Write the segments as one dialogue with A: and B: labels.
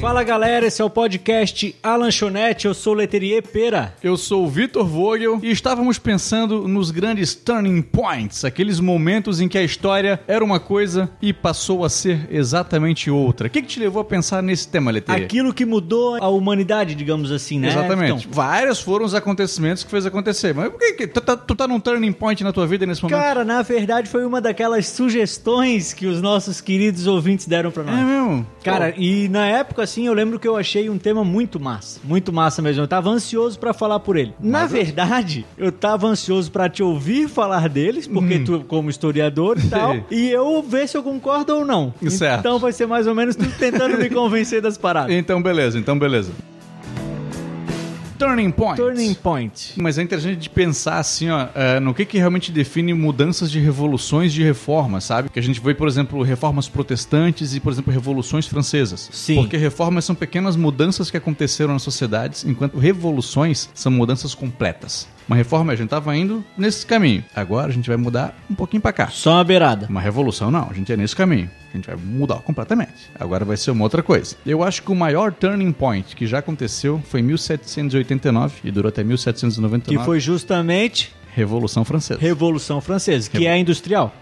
A: Fala galera, esse é o podcast A Lanchonete, eu sou o Leterier Pera.
B: Eu sou o Vitor Vogel e estávamos pensando nos grandes turning points, aqueles momentos em que a história era uma coisa e passou a ser exatamente outra. O que, que te levou a pensar nesse tema, Leterier?
A: Aquilo que mudou a humanidade, digamos assim, né?
B: Exatamente.
A: Então,
B: Vários foram os acontecimentos que fez acontecer. Mas por que, que- tu, tá, tu tá num turning point na tua vida nesse momento?
A: cara, na verdade foi uma daquelas sugestões que os nossos queridos ouvintes deram pra nós.
B: é mesmo?
A: Cara, e na época, assim, eu lembro que eu achei um tema muito massa. Muito massa mesmo. Eu tava ansioso pra falar por ele. Na verdade, eu tava ansioso pra te ouvir falar deles,
B: Hum.
A: porque tu, como historiador e tal, e eu ver se eu concordo ou não.
B: Certo.
A: Então vai ser mais ou menos tu tentando me convencer das
B: Pô,
A: paradas.
B: Então beleza, então beleza. Turning point.
A: Turning point.
B: Mas é interessante de pensar assim, ó, é, no que, que realmente define mudanças de revoluções de reformas, sabe? Que a gente vê, por exemplo, reformas protestantes e, por exemplo, revoluções francesas.
A: Sim.
B: Porque reformas são pequenas mudanças que aconteceram nas sociedades, enquanto revoluções são mudanças completas. Uma reforma, a gente tava indo nesse caminho. Agora a gente vai mudar um pouquinho pra cá.
A: Só uma beirada.
B: Uma revolução não, a gente é nesse caminho. A gente vai mudar completamente. Agora vai ser uma outra coisa. Eu acho que o maior turning point que já aconteceu foi em 1789 e durou até 1799.
A: Que foi justamente
B: Revolução Francesa.
A: Revolução Francesa, que é a industrial.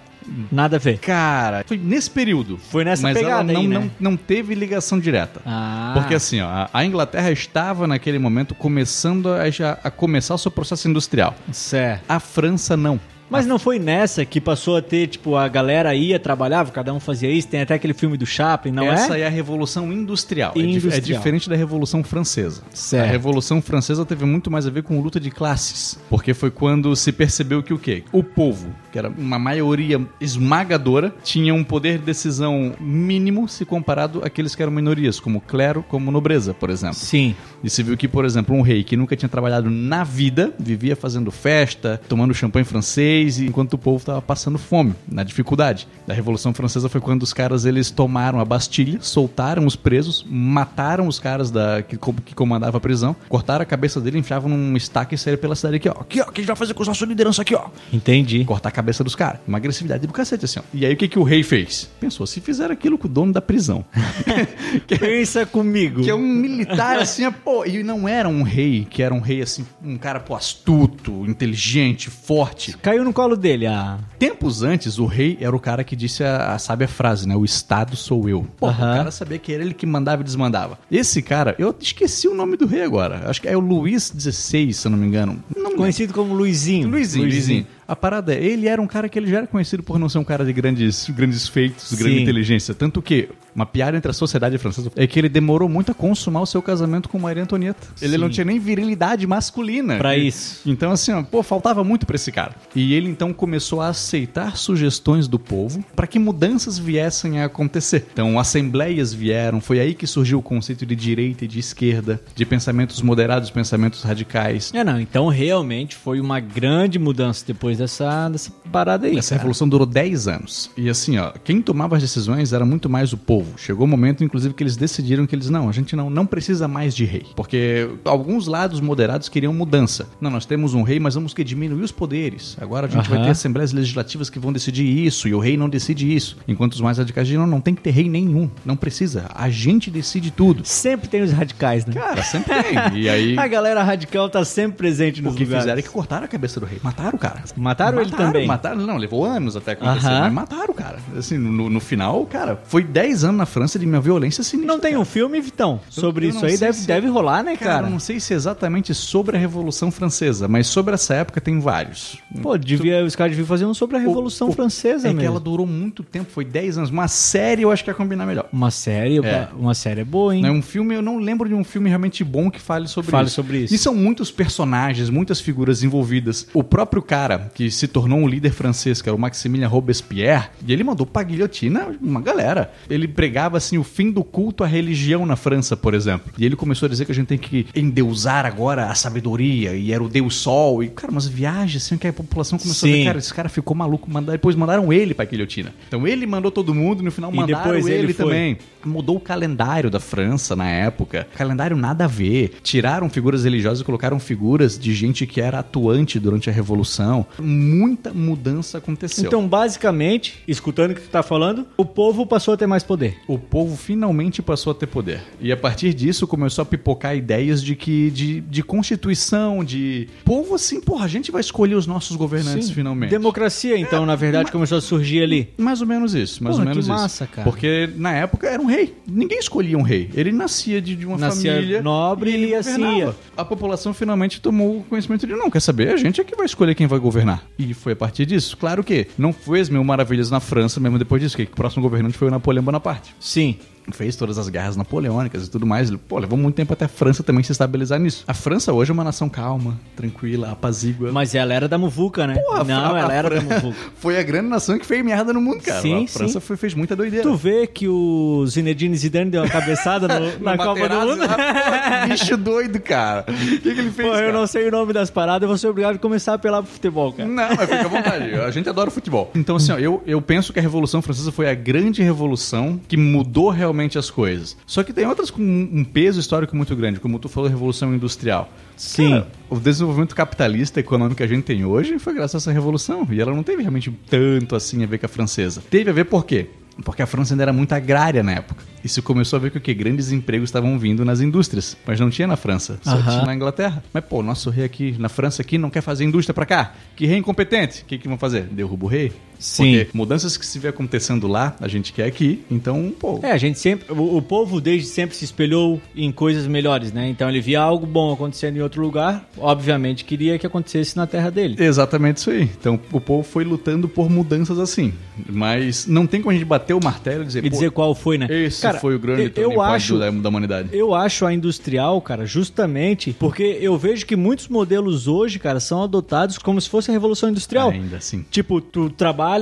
A: Nada a ver.
B: Cara, foi nesse período.
A: Foi nessa
B: mas
A: pegada
B: ela não,
A: aí, né?
B: não, não teve ligação direta.
A: Ah.
B: Porque assim, ó, a- a Inglaterra estava naquele momento começando a, já- a começar o seu processo industrial.
A: Certo.
B: A França não.
A: é. Mas não foi nessa que passou a ter, tipo, a galera ia, trabalhava, cada um fazia isso, tem até aquele filme do Chaplin, não
B: Essa
A: é?
B: é? a Revolução Industrial. É dif- É,
A: Industrial.
B: diferente da Revolução Francesa.
A: Certo.
B: é A Revolução Francesa teve muito mais a ver com luta de classes. Porque foi quando se percebeu que o quê? O povo, que era uma maioria esmagadora, tinha um poder de decisão mínimo se comparado àqueles que eram minorias, como clero, como nobreza, por exemplo.
A: Sim.
B: E se viu que, por exemplo, um rei que nunca tinha trabalhado na vida vivia fazendo festa, tomando champanhe francês, e enquanto o povo estava passando fome, na dificuldade. Da Revolução Francesa foi quando os caras eles tomaram a Bastilha, soltaram os presos, mataram os caras da, que, co- que comandava a prisão, cortaram a cabeça dele, enfiavam num estaque e saíram pela cidade aqui, ó. Aqui, ó, o que a gente vai fazer com os nossos liderança aqui, ó?
A: Entendi.
B: Cortar a cabeça dos caras. Uma agressividade do cacete, assim, ó. E aí o que, que o rei fez? Pensou, se fizeram aquilo com o dono da prisão,
A: Pensa comigo.
B: que é um militar assim, é, pô, e não era um rei, que era um rei assim, um cara pô, astuto, inteligente, forte.
A: Caiu no colo dele a...
B: Tempos antes, o rei era o cara que disse a, a sábia frase, né? O Estado sou eu. Pô, o
A: Aham.
B: cara sabia que era ele que mandava e desmandava. Esse cara, eu esqueci o nome do rei agora. Acho que é o Luís XVI, se eu não me engano. Não lembro.
A: Conhecido como Luizinho.
B: Luizinho, Luizinho. A parada é, ele era um cara que ele já era conhecido por não ser um cara de grandes, grandes feitos, grande
A: Sim.
B: inteligência. Tanto que uma piada entre a sociedade francesa é que ele demorou muito a consumar o seu casamento com Maria Antonieta. Ele
A: Sim.
B: não tinha nem virilidade masculina.
A: Pra
B: E-
A: isso.
B: Então, assim, ó, pô, faltava muito pra esse cara. E ele então começou a aceitar sugestões do povo pra que mudanças viessem a acontecer. Então, assembleias vieram, foi aí que surgiu o conceito de direita e de esquerda, de pensamentos moderados, pensamentos radicais.
A: É, não, então realmente foi uma grande mudança depois dessa, dessa parada aí.
B: Essa
A: cara.
B: revolução durou 10 anos. E assim, ó, quem tomava as decisões era muito mais o povo. Chegou o momento, inclusive, que eles decidiram que eles, não, a gente não, não precisa mais de rei. Porque alguns lados moderados queriam mudança. Não, nós temos um rei, mas vamos que diminuir os poderes. Agora a gente vai
A: Aham.
B: ter assembleias legislativas que vão decidir isso, e o rei não decide isso. Enquanto os mais radicais diriam, não, não tem que ter rei nenhum. Não precisa. A gente decide tudo.
A: Sempre tem os radicais, né?
B: Cara, sempre tem. E aí.
A: A galera radical tá sempre presente
B: O
A: nos
B: que
A: lugares.
B: fizeram é que cortaram a cabeça do rei. Mataram o cara.
A: Mataram ele também?
B: Mataram, não, levou anos até acontecer,
A: Aham.
B: mas mataram o cara. Assim, no, no final, cara, foi 10 anos na França de uma violência sinistra.
A: Não tem um filme, Vitão, sobre
B: eu
A: isso
B: não
A: aí?
B: sei
A: Deve,
B: se-
A: deve rolar, né,
B: Cara,
A: cara?
B: eu não sei se é exatamente sobre a Revolução Francesa, mas sobre essa época tem vários.
A: Pô, devia, os caras deviam fazer um sobre a Revolução
B: O- o-
A: Francesa
B: É
A: mesmo.
B: que ela durou muito tempo, foi 10 anos. Uma série eu acho que ia combinar melhor.
A: Uma série,
B: É.
A: uma série é boa, hein?
B: Né, Um filme, eu não lembro de um filme realmente bom que fale sobre
A: Fale
B: isso.
A: sobre isso.
B: E são muitos personagens, muitas figuras envolvidas. O próprio cara que se tornou um líder francês, que era o Maximilien Robespierre, e ele mandou pra guilhotina uma galera. Ele pregava assim o fim do culto à religião na França, por exemplo. E ele começou a dizer que a gente tem que endeusar agora a sabedoria, e era o Deus Sol. E, cara, umas viagens assim que a população começou a
A: Sim.
B: ver, cara, esse cara ficou maluco. Mandaram, depois mandaram ele pra guilhotina. Então ele mandou todo mundo, e no final
A: E
B: mandaram
A: depois ele
B: ele
A: foi.
B: também. Mudou o calendário da França na época. Calendário nada a ver. Tiraram figuras religiosas e colocaram figuras de gente que era atuante durante a Revolução. muita mudança aconteceu.
A: Então, basicamente, escutando o que tu tá falando, o povo passou a ter mais poder.
B: o povo finalmente passou a ter poder. E a partir disso começou a pipocar ideias de que de, de constituição, de povo assim, porra, a gente vai escolher os nossos governantes finalmente.
A: Democracia, então, na verdade, começou a surgir ali.
B: Mais ou menos isso, mais
A: Porra,
B: ou menos
A: que
B: isso.
A: massa, cara.
B: Porque na época era um rei. Ninguém escolhia um rei. Ele nascia de, de uma
A: Nascia
B: família
A: nobre
B: ele
A: e assim
B: governava.
A: ia.
B: A população finalmente tomou o conhecimento de não, quer saber? A gente é que vai escolher quem vai governar. E foi a partir disso. Claro que não fez mil maravilhas na França mesmo depois disso, que o próximo governante foi o Napoleão Bonaparte
A: Sim.
B: fez todas as guerras napoleônicas e tudo mais. Ele, Pô, levou muito tempo até a França também se estabilizar nisso. A França hoje é uma nação calma, tranquila, apazígua.
A: Mas ela era da Muvuca, né?
B: Porra,
A: Não,
B: a- a
A: ela era da
B: Fran-
A: Muvuca.
B: Foi a grande nação que fez merda no mundo, cara.
A: Sim,
B: a França foi- fez muita doideira.
A: Tu vê que o Zinedine Zidane deu uma cabeçada no- na, Copa do
B: Materazzi,
A: Mundo?
B: lá, porra, que bicho doido, cara. O que, que ele fez?
A: Pô,
B: cara?
A: eu não sei o nome das paradas, eu vou ser obrigado a começar a apelar pro futebol, cara.
B: Não, mas fica à vontade. A gente adora futebol. Então, assim, ó, eu, eu penso que a Revolução Francesa foi a grande revolução que mudou realmente as coisas. Só que tem outras com um peso histórico muito grande, como tu falou, a Revolução Industrial.
A: Sim.
B: Cara, o desenvolvimento capitalista econômico que a gente tem hoje foi graças a essa revolução. E ela não teve realmente tanto assim a ver com a francesa. Teve a ver por quê? Porque a França ainda era muito agrária na época. E se começou a ver que o quê? Grandes empregos estavam vindo nas indústrias. Mas não tinha na França. Só
A: Aham.
B: tinha na Inglaterra. Mas, pô, nosso rei aqui, na França aqui, não quer fazer indústria pra cá. Que rei incompetente. O que, que vão fazer? Derruba o rei?
A: Sim.
B: Porque mudanças que se vê acontecendo lá, a gente quer aqui. Então, pô.
A: É, a gente sempre. O, o povo desde sempre se espelhou em coisas melhores, né? Então ele via algo bom acontecendo em outro lugar, obviamente queria que acontecesse na terra dele.
B: Exatamente isso aí. Então o povo foi lutando por mudanças assim. Mas não tem como a gente bater o martelo e dizer,
A: E dizer
B: pô,
A: qual foi, né?
B: esse
A: Cara,
B: foi o grande
A: eu, eu acho
B: da, da humanidade.
A: Eu acho a industrial, cara, justamente porque eu vejo que muitos modelos hoje, cara, são adotados como se fosse a revolução industrial.
B: Ainda assim.
A: Tipo, tu trabalha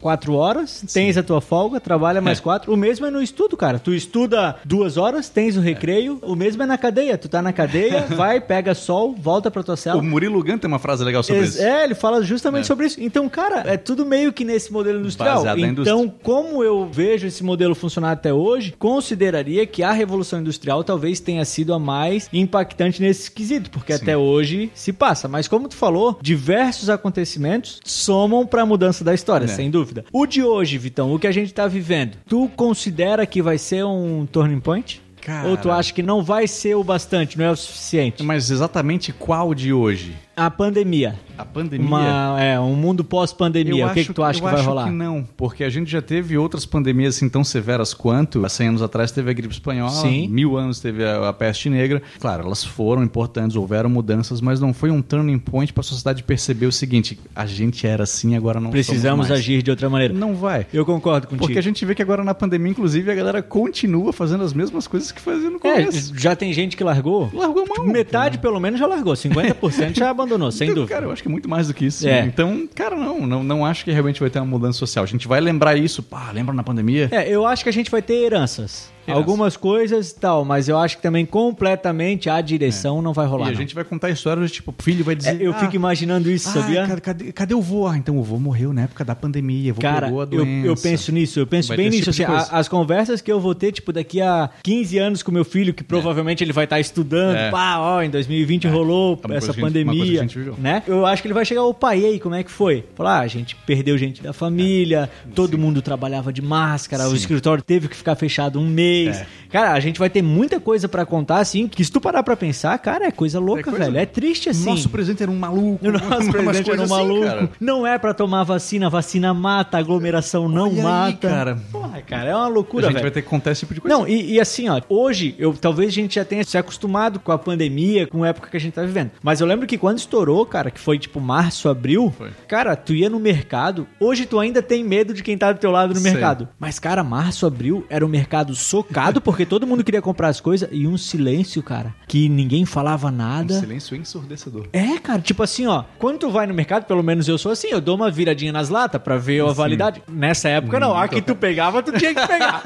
A: quatro horas, tens a tua folga, trabalha mais
B: É.
A: quatro. O mesmo é no estudo, cara. Tu estuda duas horas, tens o recreio. O mesmo é na cadeia. Tu tá na cadeia, vai, pega sol, volta pra tua
B: O
A: cela.
B: Murilo Gun tem uma frase legal sobre
A: Ex-
B: isso.
A: É, ele fala justamente sobre isso. Então, cara, é tudo meio que nesse modelo industrial.
B: Baseado na
A: então,
B: indústria.
A: como eu vejo esse modelo funcionar até hoje, consideraria que a Revolução Industrial talvez tenha sido a mais impactante nesse quesito, porque
B: Sim.
A: até hoje se passa. Mas como tu falou, diversos acontecimentos somam pra mudança da história,
B: É.
A: sem dúvida. O de hoje, Vitão, o que a gente tá vivendo, tu considera que vai ser um turning point?
B: Cara.
A: Ou tu acha que não vai ser o bastante, não é o suficiente?
B: Mas exatamente qual de hoje?
A: A pandemia.
B: A pandemia?
A: Uma, é, um mundo pós-pandemia. O que, que tu acha
B: eu
A: que vai
B: acho
A: rolar?
B: que não, porque a gente já teve outras pandemias assim tão severas quanto. Há 100 anos atrás teve a gripe espanhola,
A: Sim.
B: mil anos teve a, a peste negra. Claro, elas foram importantes, houveram mudanças, mas não foi um turning point para a sociedade perceber o seguinte: a gente era assim, agora não somos
A: Precisamos
B: mais.
A: agir de outra maneira.
B: Não vai.
A: Eu concordo contigo.
B: Porque a gente vê que agora na pandemia, inclusive, a galera continua fazendo as mesmas coisas que fazia no
A: É,
B: começo.
A: já tem gente que largou.
B: Largou a mão.
A: Tipo, metade, pelo menos, já largou. 50% já abandonou, sem
B: Então,
A: dúvida.
B: né? Cara, eu acho que é muito mais do que isso.
A: É.
B: Então, cara, não, não, não acho que realmente vai ter uma mudança social. A gente vai lembrar isso, pá, lembra na pandemia?
A: É, eu acho que a gente vai ter heranças.
B: Herança.
A: Algumas coisas e tal, mas eu acho que também completamente a direção não vai rolar.
B: É. E a
A: não.
B: gente vai contar histórias de tipo, o filho vai
A: É,
B: dizer.
A: eu
B: "Ah,
A: fico imaginando isso,
B: ai,
A: sabia?
B: Cara, cadê, cadê o vô? Ah, então o vô morreu na época da pandemia. O vô
A: Cara,
B: pegou a
A: eu,
B: doença.
A: eu penso nisso, eu penso
B: Vai ter
A: bem
B: esse
A: nisso.
B: tipo de
A: assim, a-
B: coisa.
A: as conversas que eu vou ter, tipo, daqui a 15 anos com meu filho, que provavelmente ele vai estar estudando,
B: É.
A: pá, ó, em 2020 rolou
B: É uma
A: essa
B: coisa que a gente- uma coisa que a
A: pandemia,
B: gente viveu.
A: né? Eu acho que ele vai chegar, opa, e aí, como é que foi? Falar, ah, a gente perdeu gente da família, todo mundo trabalhava de máscara, o
B: É. Sim.
A: escritório teve que ficar fechado um mês.
B: É.
A: Cara, a gente vai ter muita coisa pra contar, assim, que se tu parar pra pensar, cara, é coisa louca,
B: coisa-
A: velho, é triste, assim.
B: Nosso presidente era um maluco.
A: O nosso
B: umas
A: presidente era um
B: coisas assim,
A: maluco.
B: cara.
A: não é pra tomar vacina, vacina mata, aglomeração não
B: Olha aí,
A: mata.
B: cara.
A: Porra, cara, é uma
B: A
A: loucura,
B: gente
A: velho.
B: vai ter que contar esse tipo de coisa.
A: Não, e, e assim, ó, hoje, eu, talvez a gente já tenha se acostumado com a pandemia, com a época que a gente tá vivendo. Mas eu lembro que quando estourou, cara, que foi tipo março, abril,
B: Foi.
A: cara, tu ia no mercado. Hoje tu ainda tem medo de quem tá do teu lado no
B: Sei.
A: mercado. Mas, cara, março, abril era um mercado socado, porque todo mundo queria comprar as coisas e um silêncio, cara, que ninguém falava nada.
B: Um silêncio ensurdecedor.
A: É, cara, tipo assim, ó, quando tu vai no mercado, pelo menos eu sou assim, eu dou uma viradinha nas latas pra ver a validade. Nessa época não, a que tu pegava, tu tinha que pegar,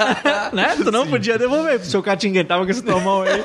A: né? Tu não podia devolver, porque o seu catinguete tava com essa tua mão aí.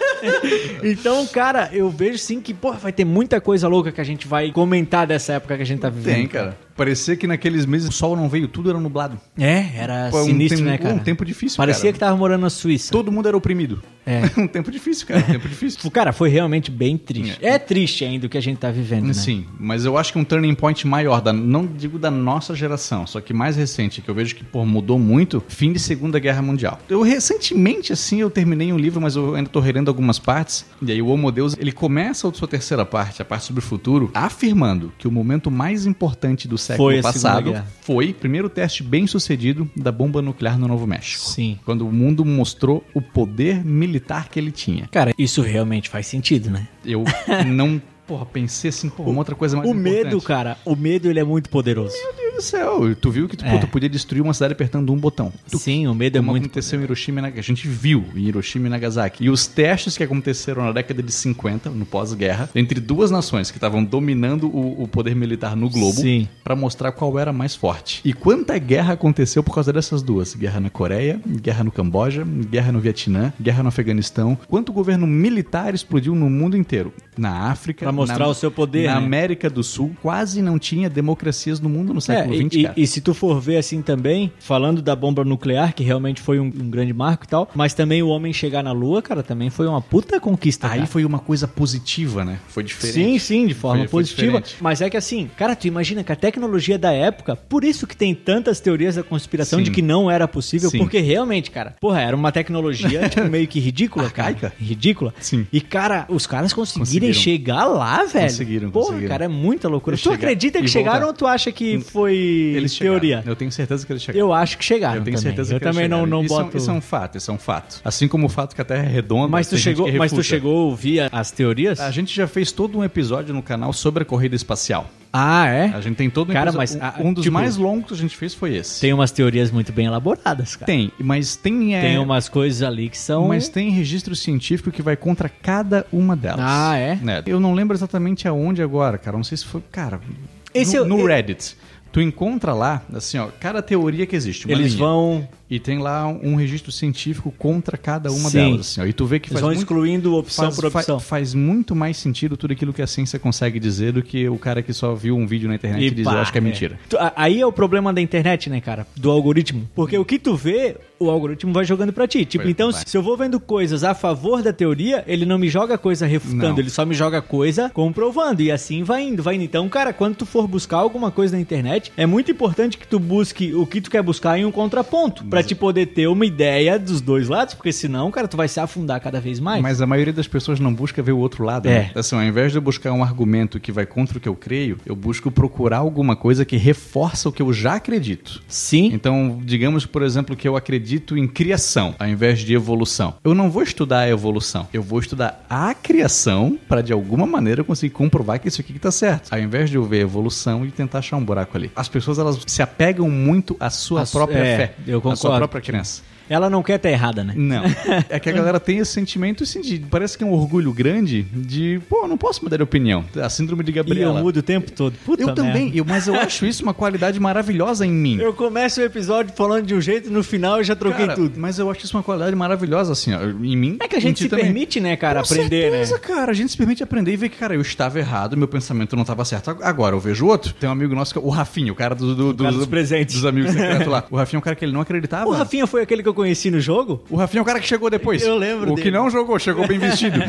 A: então, cara, eu vejo sim que, pô, vai ter muita coisa louca que a gente vai comentar dessa época que a gente tá vivendo.
B: Tem, cara. Parecia que naqueles meses o sol não veio, tudo era nublado.
A: É, era
B: Pô, um
A: sinistro,
B: tempo-
A: né, cara?
B: um tempo difícil,
A: Parecia
B: cara.
A: que tava morando na Suíça.
B: Todo mundo era oprimido. É. um tempo difícil, cara. Um tempo difícil.
A: Cara, foi realmente bem triste. É, triste ainda o que a gente tá vivendo, né?
B: Sim, mas eu acho que um turning point maior, da, não digo da nossa geração, só que mais recente, que eu vejo que pô, mudou muito, fim de Segunda Guerra Mundial. Eu recentemente, assim, eu terminei um livro, mas eu ainda tô relendo algumas partes, e aí o Homo Deus, ele começa a sua terceira parte, a parte sobre o futuro, afirmando que o momento mais importante do século
A: Foi a Segunda
B: passado
A: Guerra.
B: foi o primeiro teste bem sucedido da bomba nuclear no Novo México.
A: Sim.
B: Quando o mundo mostrou o poder militar que ele tinha.
A: Cara, isso realmente faz sentido, né?
B: Eu não, porra, pensei assim, pô, uma outra coisa mais
A: o medo,
B: importante.
A: cara, o medo ele é muito poderoso.
B: Meu Deus do céu, tu viu que tu, pô,
A: É.
B: tu podia destruir uma cidade apertando um botão. Tu,
A: Sim, o medo é
B: como
A: muito.
B: aconteceu em Hiroshima e Nagasaki. A gente viu em Hiroshima e Nagasaki. E os testes que aconteceram na década de 50, no pós-guerra, entre duas nações que estavam dominando o, o poder militar no globo,
A: Sim.
B: pra mostrar qual era mais forte. E quanta guerra aconteceu por causa dessas duas? Guerra na Coreia, guerra no Camboja, guerra no Vietnã, guerra no Afeganistão. Quanto governo militar explodiu no mundo inteiro? Na África,
A: Pra mostrar
B: na-
A: o seu poder,
B: Na
A: né?
B: América do Sul, quase não tinha democracias no mundo no século
A: É, e-
B: XX,
A: e,
B: cara.
A: e se tu for ver assim também, falando da bomba nuclear, que realmente foi um, um grande marco e tal, mas também o homem chegar na lua, cara, também foi uma puta conquista.
B: Aí
A: cara.
B: foi uma coisa positiva, né? Foi diferente.
A: tá. Sim, sim, de forma
B: Foi- foi
A: positiva.
B: diferente.
A: mas é que assim, cara, tu imagina que a tecnologia da época, por isso que tem tantas teorias da conspiração
B: Sim.
A: de que não era possível,
B: Sim.
A: porque realmente, cara, porra, era uma tecnologia tipo, meio que ridícula,
B: Arcaica?
A: cara. Ridícula.
B: Sim.
A: E, cara, os caras conseguirem
B: Conseguiram.
A: chegar lá, velho.
B: Conseguiram,
A: Porra,
B: conseguiram.
A: cara, é muita loucura.
B: Eles
A: tu
B: chegaram-
A: acredita que
B: e
A: chegaram
B: voltaram.
A: ou tu acha que foi
B: Eles chegaram.
A: teoria?
B: Eu tenho certeza que eles chegaram.
A: Eu acho que chegaram.
B: Eu tenho
A: também.
B: certeza
A: Eu
B: que eles
A: também não,
B: chegaram.
A: não
B: isso, é um-
A: boto.
B: isso é um fato, isso é um fato. Assim como o fato que a Terra é redonda,
A: Mas tu
B: tem gente
A: chegou,
B: que
A: mas tu
B: refuta.
A: chegou via as teorias?
B: A gente já fez todo um episódio no canal sobre a corrida espacial.
A: Ah, é?
B: A gente tem todo um
A: Cara, mas,
B: episódio.
A: ah,
B: um, um dos
A: tipo,
B: mais longos que a gente fez foi esse.
A: Tem umas teorias muito bem elaboradas, cara.
B: Tem, mas tem. é,
A: Tem um umas coisas ali que são.
B: Mas tá tem registro científico que vai contra cada uma delas.
A: Ah, é?
B: Né? Eu não lembro exatamente aonde agora, cara. Não sei se foi. Cara.
A: Esse
B: no,
A: eu-
B: no
A: eu-
B: Reddit. Tu encontra lá, assim, ó, cada teoria que existe. uma
A: eles
B: linha.
A: vão,
B: E tem lá um, um registro científico contra cada uma
A: Sim.
B: delas. Assim, ó, e tu vê que
A: eles
B: faz
A: vão
B: muito,
A: excluindo opção
B: faz,
A: por
B: fa- né,
A: opção.
B: faz muito mais sentido tudo aquilo que a ciência consegue dizer do que o cara que só viu um vídeo na internet e, diz,
A: pá,
B: eu acho que é
A: é.
B: mentira.
A: Tu- a- Aí é o problema da internet, né, cara? Do algoritmo. Porque o que tu vê, o algoritmo vai jogando pra ti. Tipo,
B: Vai,
A: então,
B: vai.
A: se eu vou vendo coisas a favor da teoria, ele não me joga coisa refutando,
B: Não.
A: ele só me joga coisa comprovando. E assim vai indo, vai indo. Então, cara, quando tu for buscar alguma coisa na internet, é muito importante que tu busque o que tu quer buscar em um contraponto. Pra te poder ter uma ideia dos dois lados, porque senão, cara, tu vai se afundar cada vez mais.
B: Mas a maioria das pessoas não busca ver o outro lado.
A: É.
B: né? Assim, ao invés de eu buscar um argumento que vai contra o que eu creio, eu busco procurar alguma coisa que reforça o que eu já acredito.
A: Sim.
B: Então, digamos, por exemplo, que eu acredito em criação ao invés de evolução. Eu não vou estudar a evolução. Eu vou estudar a criação para, de alguma maneira, eu conseguir comprovar que isso aqui que tá certo. Ao invés de eu ver a evolução e tentar achar um buraco ali. As pessoas, elas se apegam muito à sua
A: A su-
B: própria
A: é,
B: fé.
A: eu
B: À sua
A: concordo.
B: própria crença.
A: Ela não quer estar errada, né?
B: Não. É que a galera tem esse sentimento, assim, de, parece que é um orgulho grande de, pô, eu não posso mudar de opinião. A síndrome de
A: E eu
B: Gabriela.
A: mudo o tempo todo. Puta
B: Eu também,
A: merda.
B: eu- mas eu acho isso uma qualidade maravilhosa em mim.
A: Eu começo o episódio falando de um jeito e no final eu já troquei
B: Cara,
A: tudo.
B: Mas eu acho isso uma qualidade maravilhosa, assim, ó, em mim.
A: É que a
B: em
A: gente
B: ti
A: se
B: também.
A: permite, né, cara,
B: Com
A: aprender,
B: certeza,
A: né?
B: cara. A gente se permite aprender e ver que, cara, eu estava errado, meu pensamento não estava certo. Agora eu vejo outro. Tem um amigo nosso, que é o Rafinha, o cara, do, do-
A: cara dos presentes.
B: dos amigos secretos lá. O Rafinha é um cara que ele não acreditava.
A: O Rafinha foi aquele que eu conheci no jogo?
B: O Rafinha é o cara que chegou depois.
A: Eu lembro
B: O
A: dele.
B: que não jogou, chegou bem vestido.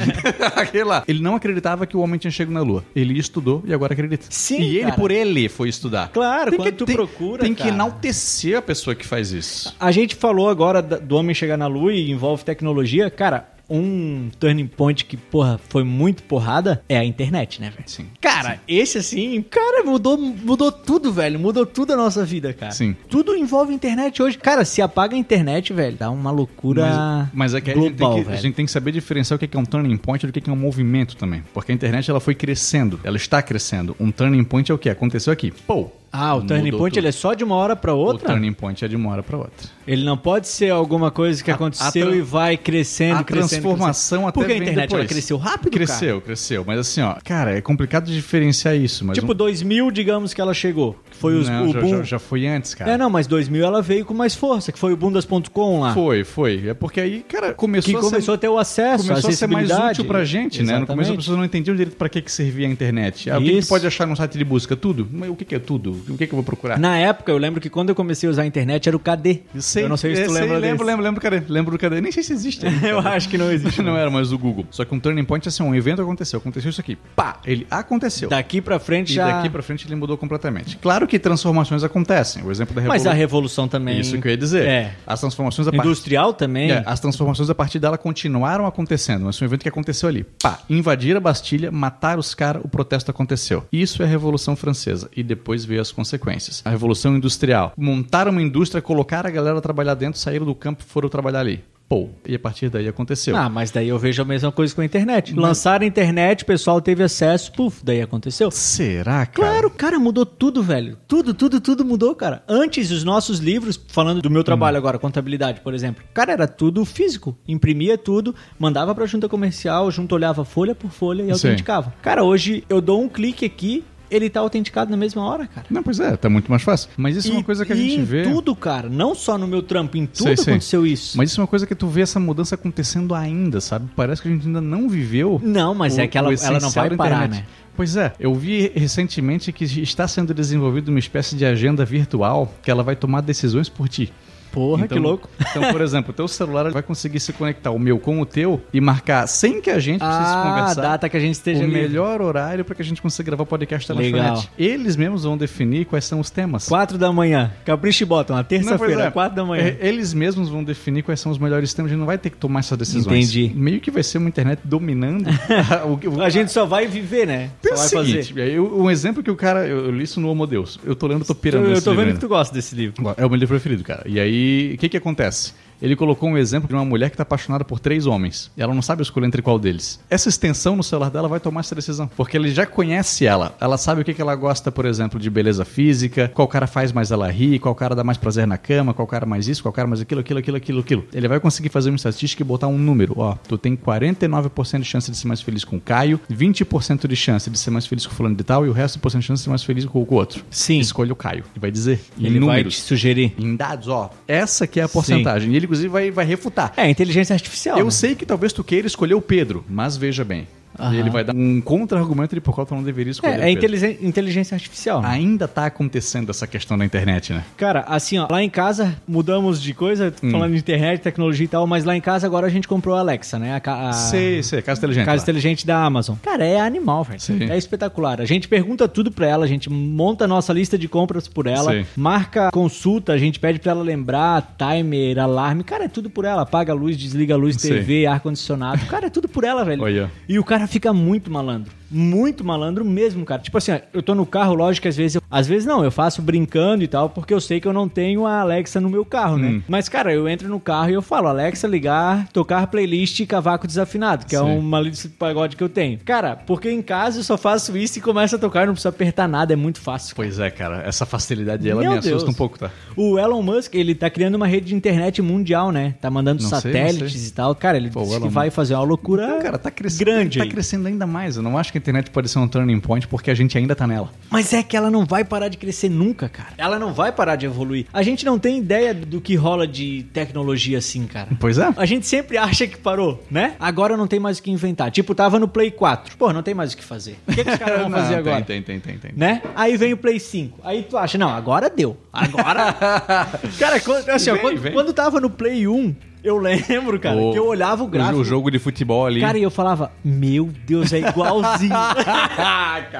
B: Aquele lá. Ele não acreditava que o homem tinha chegado na Lua. Ele estudou e agora acredita.
A: Sim,
B: E ele,
A: cara.
B: por ele, foi estudar.
A: Claro,
B: que-
A: quando tu procura,
B: Tem que
A: cara.
B: enaltecer a pessoa que faz isso.
A: A gente falou agora da- do homem chegar na lua e envolve tecnologia. Cara, um turning point que, porra, foi muito porrada é a internet, né, velho?
B: Sim.
A: Cara, esse assim, cara, mudou, mudou tudo, velho. Mudou tudo a nossa vida, cara.
B: Sim.
A: Tudo envolve internet hoje. Cara, se apaga a internet, velho, dá uma loucura
B: Mas, mas é que, a, gente
A: global,
B: tem que
A: velho.
B: a gente tem que saber diferenciar o que é que é um turning point do que é que é um movimento também. Porque a internet ela foi crescendo, ela está crescendo. Um turning point é o que aconteceu aqui. Pô.
A: Ah, o turning
B: mudou
A: point
B: tudo.
A: ele é só de uma hora pra
B: O
A: outra?
B: turning point é de uma hora para outra.
A: Ele não pode ser alguma coisa que
B: A- a
A: aconteceu
B: tran-
A: e vai crescendo,
B: a
A: crescendo,
B: transformação
A: crescendo.
B: até
A: Porque a
B: vem
A: internet ela
B: depois.
A: cresceu rápido,
B: Cresceu, cresceu. Mas assim, ó, cara, é complicado diferenciar isso. Mas
A: cara.
B: um
A: Tipo, 2000, digamos que ela chegou, que foi os,
B: Não,
A: o
B: já,
A: boom.
B: já, já foi antes, cara.
A: É, não, mas 2000 ela veio com mais força, que foi o bundas.com lá.
B: Foi, foi. É porque aí, cara, começou
A: Que
B: a
A: começou a
B: ser...
A: ter o acesso,
B: Começou a ser mais
A: acessibilidade.
B: útil pra gente, né? No começo
A: Exatamente.
B: as pessoas não entendiam direito pra que, que servia a internet. Ah, o que, que
A: Isso.
B: tu pode achar num site de busca? Tudo. Mas o que, que é tudo? O que, que eu vou procurar?
A: Na época, eu lembro que quando eu comecei a usar a internet era o KD.
B: Eu sei. é,
A: Eu não sei se tu
B: sei,
A: lembra
B: Lembro,
A: desse.
B: lembro, lembro, cadê? Lembro do cadê? Nem sei se existe. ainda,
A: Eu
B: cara.
A: acho que não existe.
B: Não era mais o Google. Só que um turning point é assim, um evento aconteceu, aconteceu isso aqui. Pá, ele aconteceu.
A: Daqui pra frente
B: e
A: já...
B: daqui pra frente ele mudou completamente. Claro que transformações acontecem. O exemplo da
A: Mas a
B: é revolução.
A: revolução também...
B: Isso que eu ia dizer.
A: É.
B: As transformações a partir
A: Industrial também.
B: é, as transformações a partir dela continuaram acontecendo, mas foi um evento que aconteceu ali. Pá, invadiram a Bastilha, mataram os caras, o protesto aconteceu. Isso é a Revolução Francesa. E depois veio as consequências. A Revolução Industrial. Montaram uma indústria, colocaram a galera a trabalhar dentro, saíram do campo e foram trabalhar ali. Pô, e a partir daí aconteceu.
A: Ah, mas daí eu vejo a mesma coisa com a internet. Lançaram a internet, o pessoal teve acesso, puf, daí aconteceu.
B: Será, cara?
A: Claro, cara, mudou tudo, velho. Tudo, tudo, tudo mudou, cara. Antes, os nossos livros, falando do meu trabalho
B: Uhum.
A: agora, contabilidade, por exemplo, cara, era tudo físico. Imprimia tudo, mandava pra junta comercial, a junta olhava folha por folha e
B: Sim.
A: autenticava. Cara, hoje eu dou um clique aqui, ele tá autenticado na mesma hora, cara.
B: Não, pois é, tá muito mais fácil. Mas isso é uma coisa que a
A: e
B: gente
A: em
B: vê.
A: tudo, cara. Não só no meu trampo, em tudo
B: Sei, sei.
A: aconteceu isso.
B: Mas isso é uma coisa que tu vê essa mudança acontecendo ainda, sabe? Parece que a gente ainda não viveu.
A: Não, mas
B: o-
A: é que ela,
B: o
A: ela não
B: essencial
A: vai
B: da
A: parar,
B: internet.
A: né?
B: Pois é, eu vi recentemente que está sendo desenvolvida uma espécie de agenda virtual que ela vai tomar decisões por ti.
A: Porra,
B: Então-
A: que louco.
B: Então, por exemplo, o teu celular vai conseguir se conectar o meu com o teu e marcar sem que a gente precise
A: Ah, a
B: conversar.
A: data que a gente esteja
B: o
A: livre.
B: melhor horário para que a gente consiga gravar podcast na
A: Legal.
B: lanchonete. Eles mesmos vão definir quais são os temas.
A: 4 da manhã. Capricho e botam, na
B: Não, pois
A: terça-feira,
B: é.
A: 4 da manhã.
B: É, Eles mesmos vão definir quais são os melhores temas, a gente não vai ter que tomar essas decisões.
A: Entendi.
B: Meio que vai ser uma internet dominando o, o,
A: A gente só vai viver, né? Só
B: Pensa
A: vai
B: o seguinte, eu- um exemplo que o cara. Eu, eu li isso no Homo Deus. Eu tô lendo, tô pirando.
A: Eu
B: nesse
A: tô
B: livro
A: vendo que
B: ainda.
A: tu gosta desse livro.
B: É o meu livro preferido, cara. E aí, o que que acontece? Ele colocou um exemplo de uma mulher que tá apaixonada por três homens. E ela não sabe escolher entre qual deles. Essa extensão no celular dela vai tomar essa decisão. Porque ele já conhece ela. Ela sabe o que que ela gosta, por exemplo, de beleza física, qual cara faz mais ela rir, qual cara dá mais prazer na cama, qual cara mais isso, qual cara mais aquilo, aquilo, aquilo, aquilo, aquilo. Ele vai conseguir fazer uma estatística e botar um número. Ó, tu tem 49% de chance de ser mais feliz com o Caio, 20% de chance de ser mais feliz com o fulano de tal, e o resto por cento de chance de ser mais feliz com o outro.
A: Sim.
B: Escolha o Caio. E vai dizer. em
A: Ele vai
B: números
A: te sugerir.
B: em dados, ó, essa aqui é a porcentagem. E ele, inclusive, vai, vai refutar.
A: É, inteligência artificial.
B: Eu
A: né?
B: sei que talvez tu queira escolher o Pedro, mas veja bem.
A: Aham.
B: Ele vai dar um contra-argumento de por qual tu não deveria escolher o
A: É, é
B: Pedro.
A: inteligen- inteligência artificial. né?
B: Ainda tá acontecendo essa questão na internet, né?
A: Cara, assim, ó, lá em casa mudamos de coisa,
B: Hum.
A: tô falando de internet, tecnologia e tal, mas lá em casa agora a gente comprou a Alexa, né? A, ca- a-
B: Sei, sei, casa inteligente.
A: Casa
B: lá.
A: inteligente da Amazon. Cara, é animal, velho.
B: Sim.
A: É espetacular. A gente pergunta tudo pra ela, a gente monta a nossa lista de compras por ela,
B: Sim.
A: marca consulta, a gente pede pra ela lembrar, timer, alarme. Cara, é tudo por ela. Apaga a luz, desliga a luz,
B: Sim.
A: TV, ar-condicionado. Cara, é tudo por ela, velho.
B: Olha.
A: E o cara fica muito malandro. Muito malandro mesmo, cara. Tipo assim, ó, eu tô no carro, lógico que às vezes. eu- Às vezes não, eu faço brincando e tal, porque eu sei que eu não tenho a Alexa no meu carro,
B: Hum.
A: né? Mas, cara, eu entro no carro e eu falo, Alexa, ligar, tocar playlist Cavaco Desafinado, que é
B: Sim.
A: uma lista de pagode que eu tenho. Cara, porque em casa eu só faço isso e começa a tocar, eu não preciso apertar nada, é muito fácil.
B: Pois é, cara, essa facilidade ela
A: Meu
B: me assusta
A: Deus.
B: um pouco, tá?
A: O Elon Musk, ele tá criando uma rede de internet mundial, né? Tá mandando
B: Não sei, não
A: satélites
B: sei.
A: e tal. Cara, ele
B: Pô, o
A: disse que
B: Elon
A: vai fazer uma loucura
B: Não, cara, tá crescendo,
A: grande
B: tá
A: aí.
B: crescendo ainda mais. Eu não acho que a internet pode ser um turning point porque a gente ainda tá nela.
A: Mas é que ela não vai parar de crescer nunca, cara. Ela não vai parar de evoluir. A gente não tem ideia do que rola de tecnologia assim, cara.
B: Pois é.
A: A gente sempre acha que parou, né? Agora não tem mais o que inventar. Tipo, tava no Play 4. Pô, não tem mais o que fazer. O que, que os caras vão
B: Não,
A: fazer
B: tem,
A: agora?
B: Tem, tem, tem, tem.
A: Né? Aí vem o Play 5. Aí tu acha, não, agora deu. Agora. cara, quando, assim, ó,
B: Vem,
A: quando,
B: vem.
A: quando tava no Play 1, eu lembro, cara,
B: O-
A: que eu olhava o gráfico.
B: O jogo de futebol ali.
A: Cara, e eu falava, meu Deus, é igualzinho.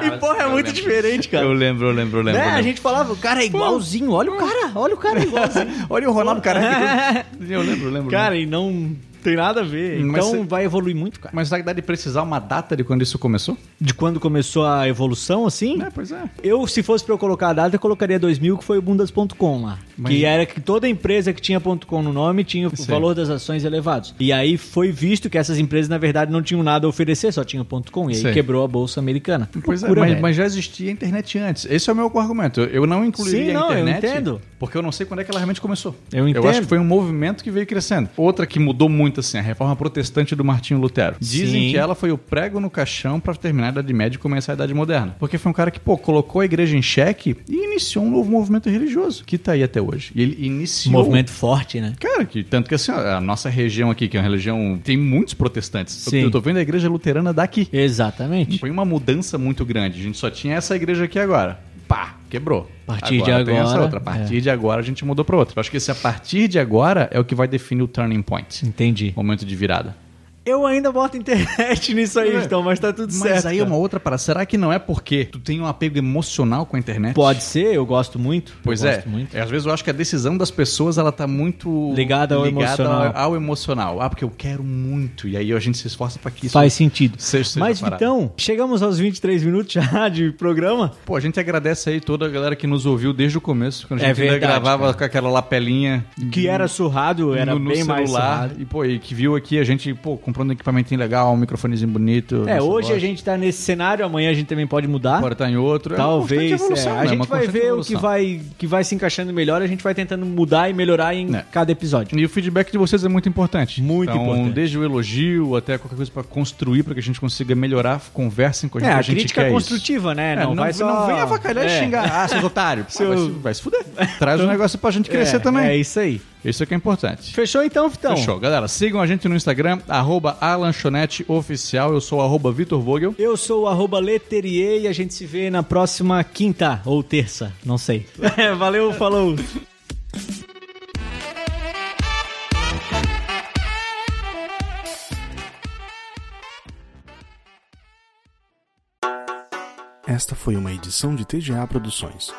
A: e porra, é
B: eu
A: muito
B: lembro.
A: diferente, cara.
B: né? Eu lembro, eu lembro, eu lembro.
A: Né?
B: eu
A: A
B: lembro.
A: gente falava, o cara é igualzinho, olha o cara, olha o cara é igualzinho.
B: Olha o Ronaldo,
A: É.
B: cara. Eu lembro, eu lembro.
A: cara, e não tem nada a ver.
B: né? Mas
A: Então
B: cê-
A: vai evoluir muito, cara.
B: Mas será que dá de precisar uma data de quando isso começou?
A: De quando começou a evolução, assim?
B: pois é.
A: Eu, se fosse pra eu colocar a data, eu colocaria 2000, que foi o bundas.com lá.
B: Mas-
A: Que era que toda empresa que tinha .com no nome tinha o
B: Sim.
A: valor das ações elevados. E aí foi visto que essas empresas, na verdade, não tinham nada a oferecer, só tinha .com. E aí
B: Sim.
A: quebrou a bolsa americana.
B: Pois
A: Loucura, né?
B: é, mas,
A: velho.
B: mas já existia a internet antes. Esse é o meu argumento. Eu- Eu não incluiria
A: Sim, não,
B: a
A: eu
B: internet.
A: entendo.
B: Porque eu não sei quando é que ela realmente começou.
A: Eu entendo.
B: Eu acho que foi um movimento que veio crescendo. Outra que mudou muito, assim, a reforma protestante do Martinho Lutero. Dizem
A: Sim.
B: que ela foi o prego no caixão pra terminar a Idade Média e começar a Idade Moderna. Porque foi um cara que, pô, colocou a igreja em xeque e iniciou um novo movimento religioso, que tá aí até hoje. E ele iniciou...
A: Um Movimento forte, né?
B: Cara, que tanto que assim, ó, a nossa região aqui, que é uma região. tem muitos protestantes. Eu-
A: Sim.
B: Eu, tô vendo a igreja luterana daqui.
A: Exatamente.
B: Foi uma mudança muito grande. A gente só tinha essa igreja aqui agora. Pá! quebrou.
A: A partir de
B: tem essa
A: agora, é.
B: outra. A partir de agora a gente mudou pra outra. Eu acho que esse a partir de agora é o que vai definir o turning point.
A: Entendi.
B: Momento de virada.
A: Eu ainda boto internet nisso aí, então, mas tá tudo
B: É. Mas
A: certo.
B: aí é uma outra parada. Será que não é porque tu tem um apego emocional com a internet?
A: Pode ser, eu gosto muito.
B: Pois
A: eu
B: é.
A: Gosto muito.
B: É, Às vezes eu acho que a decisão das pessoas ela tá muito
A: Ligada ao emocional.
B: Ao, ao emocional. Ah, porque eu quero muito. E aí a gente se esforça pra que isso
A: Faz sentido.
B: seja, seja
A: Mas,
B: parado.
A: então, chegamos aos 23 minutos já de programa.
B: Pô, a gente agradece aí toda a galera que nos ouviu desde o começo, quando a
A: É
B: gente ainda
A: verdade,
B: gravava
A: cara.
B: com aquela lapelinha
A: Que era surrado, era
B: no, no
A: bem mais
B: celular.
A: surrado.
B: E, pô, e que viu aqui a gente, pô, comprando um equipamentinho legal, um microfonezinho bonito.
A: É,
B: nossa
A: hoje
B: voz.
A: a gente tá nesse cenário, amanhã a gente também pode mudar.
B: Agora tá em outro. É uma
A: Talvez.
B: constante evolução,
A: é.
B: né?
A: A
B: É
A: gente
B: uma
A: vai
B: constante
A: ver o que
B: evolução.
A: vai, que vai se encaixando melhor, a gente vai tentando mudar e melhorar em
B: É.
A: cada episódio.
B: E o feedback de vocês é muito importante.
A: Muito
B: então,
A: importante.
B: Desde o elogio até qualquer coisa pra construir, pra que a gente consiga melhorar, conversem com a
A: É,
B: gente.
A: a,
B: gente
A: crítica
B: quer
A: construtiva, né?
B: Isso. É, não,
A: vai só...
B: não vem avacalhar
A: É.
B: e xingar. Ah, seus otários. Pô, vai, se, vai se fuder. Traz um negócio pra gente crescer
A: É,
B: também.
A: É isso aí.
B: Isso é que é importante.
A: Fechou então, Vitão?
B: Fechou, galera. Sigam a gente no Instagram, arroba a lanchonete oficial. Eu sou o arroba Vitor Vogel.
A: Eu sou o arroba Leterier e a gente se vê na próxima quinta ou terça, não sei. Valeu, falou!
C: Esta foi uma edição de TGA Produções.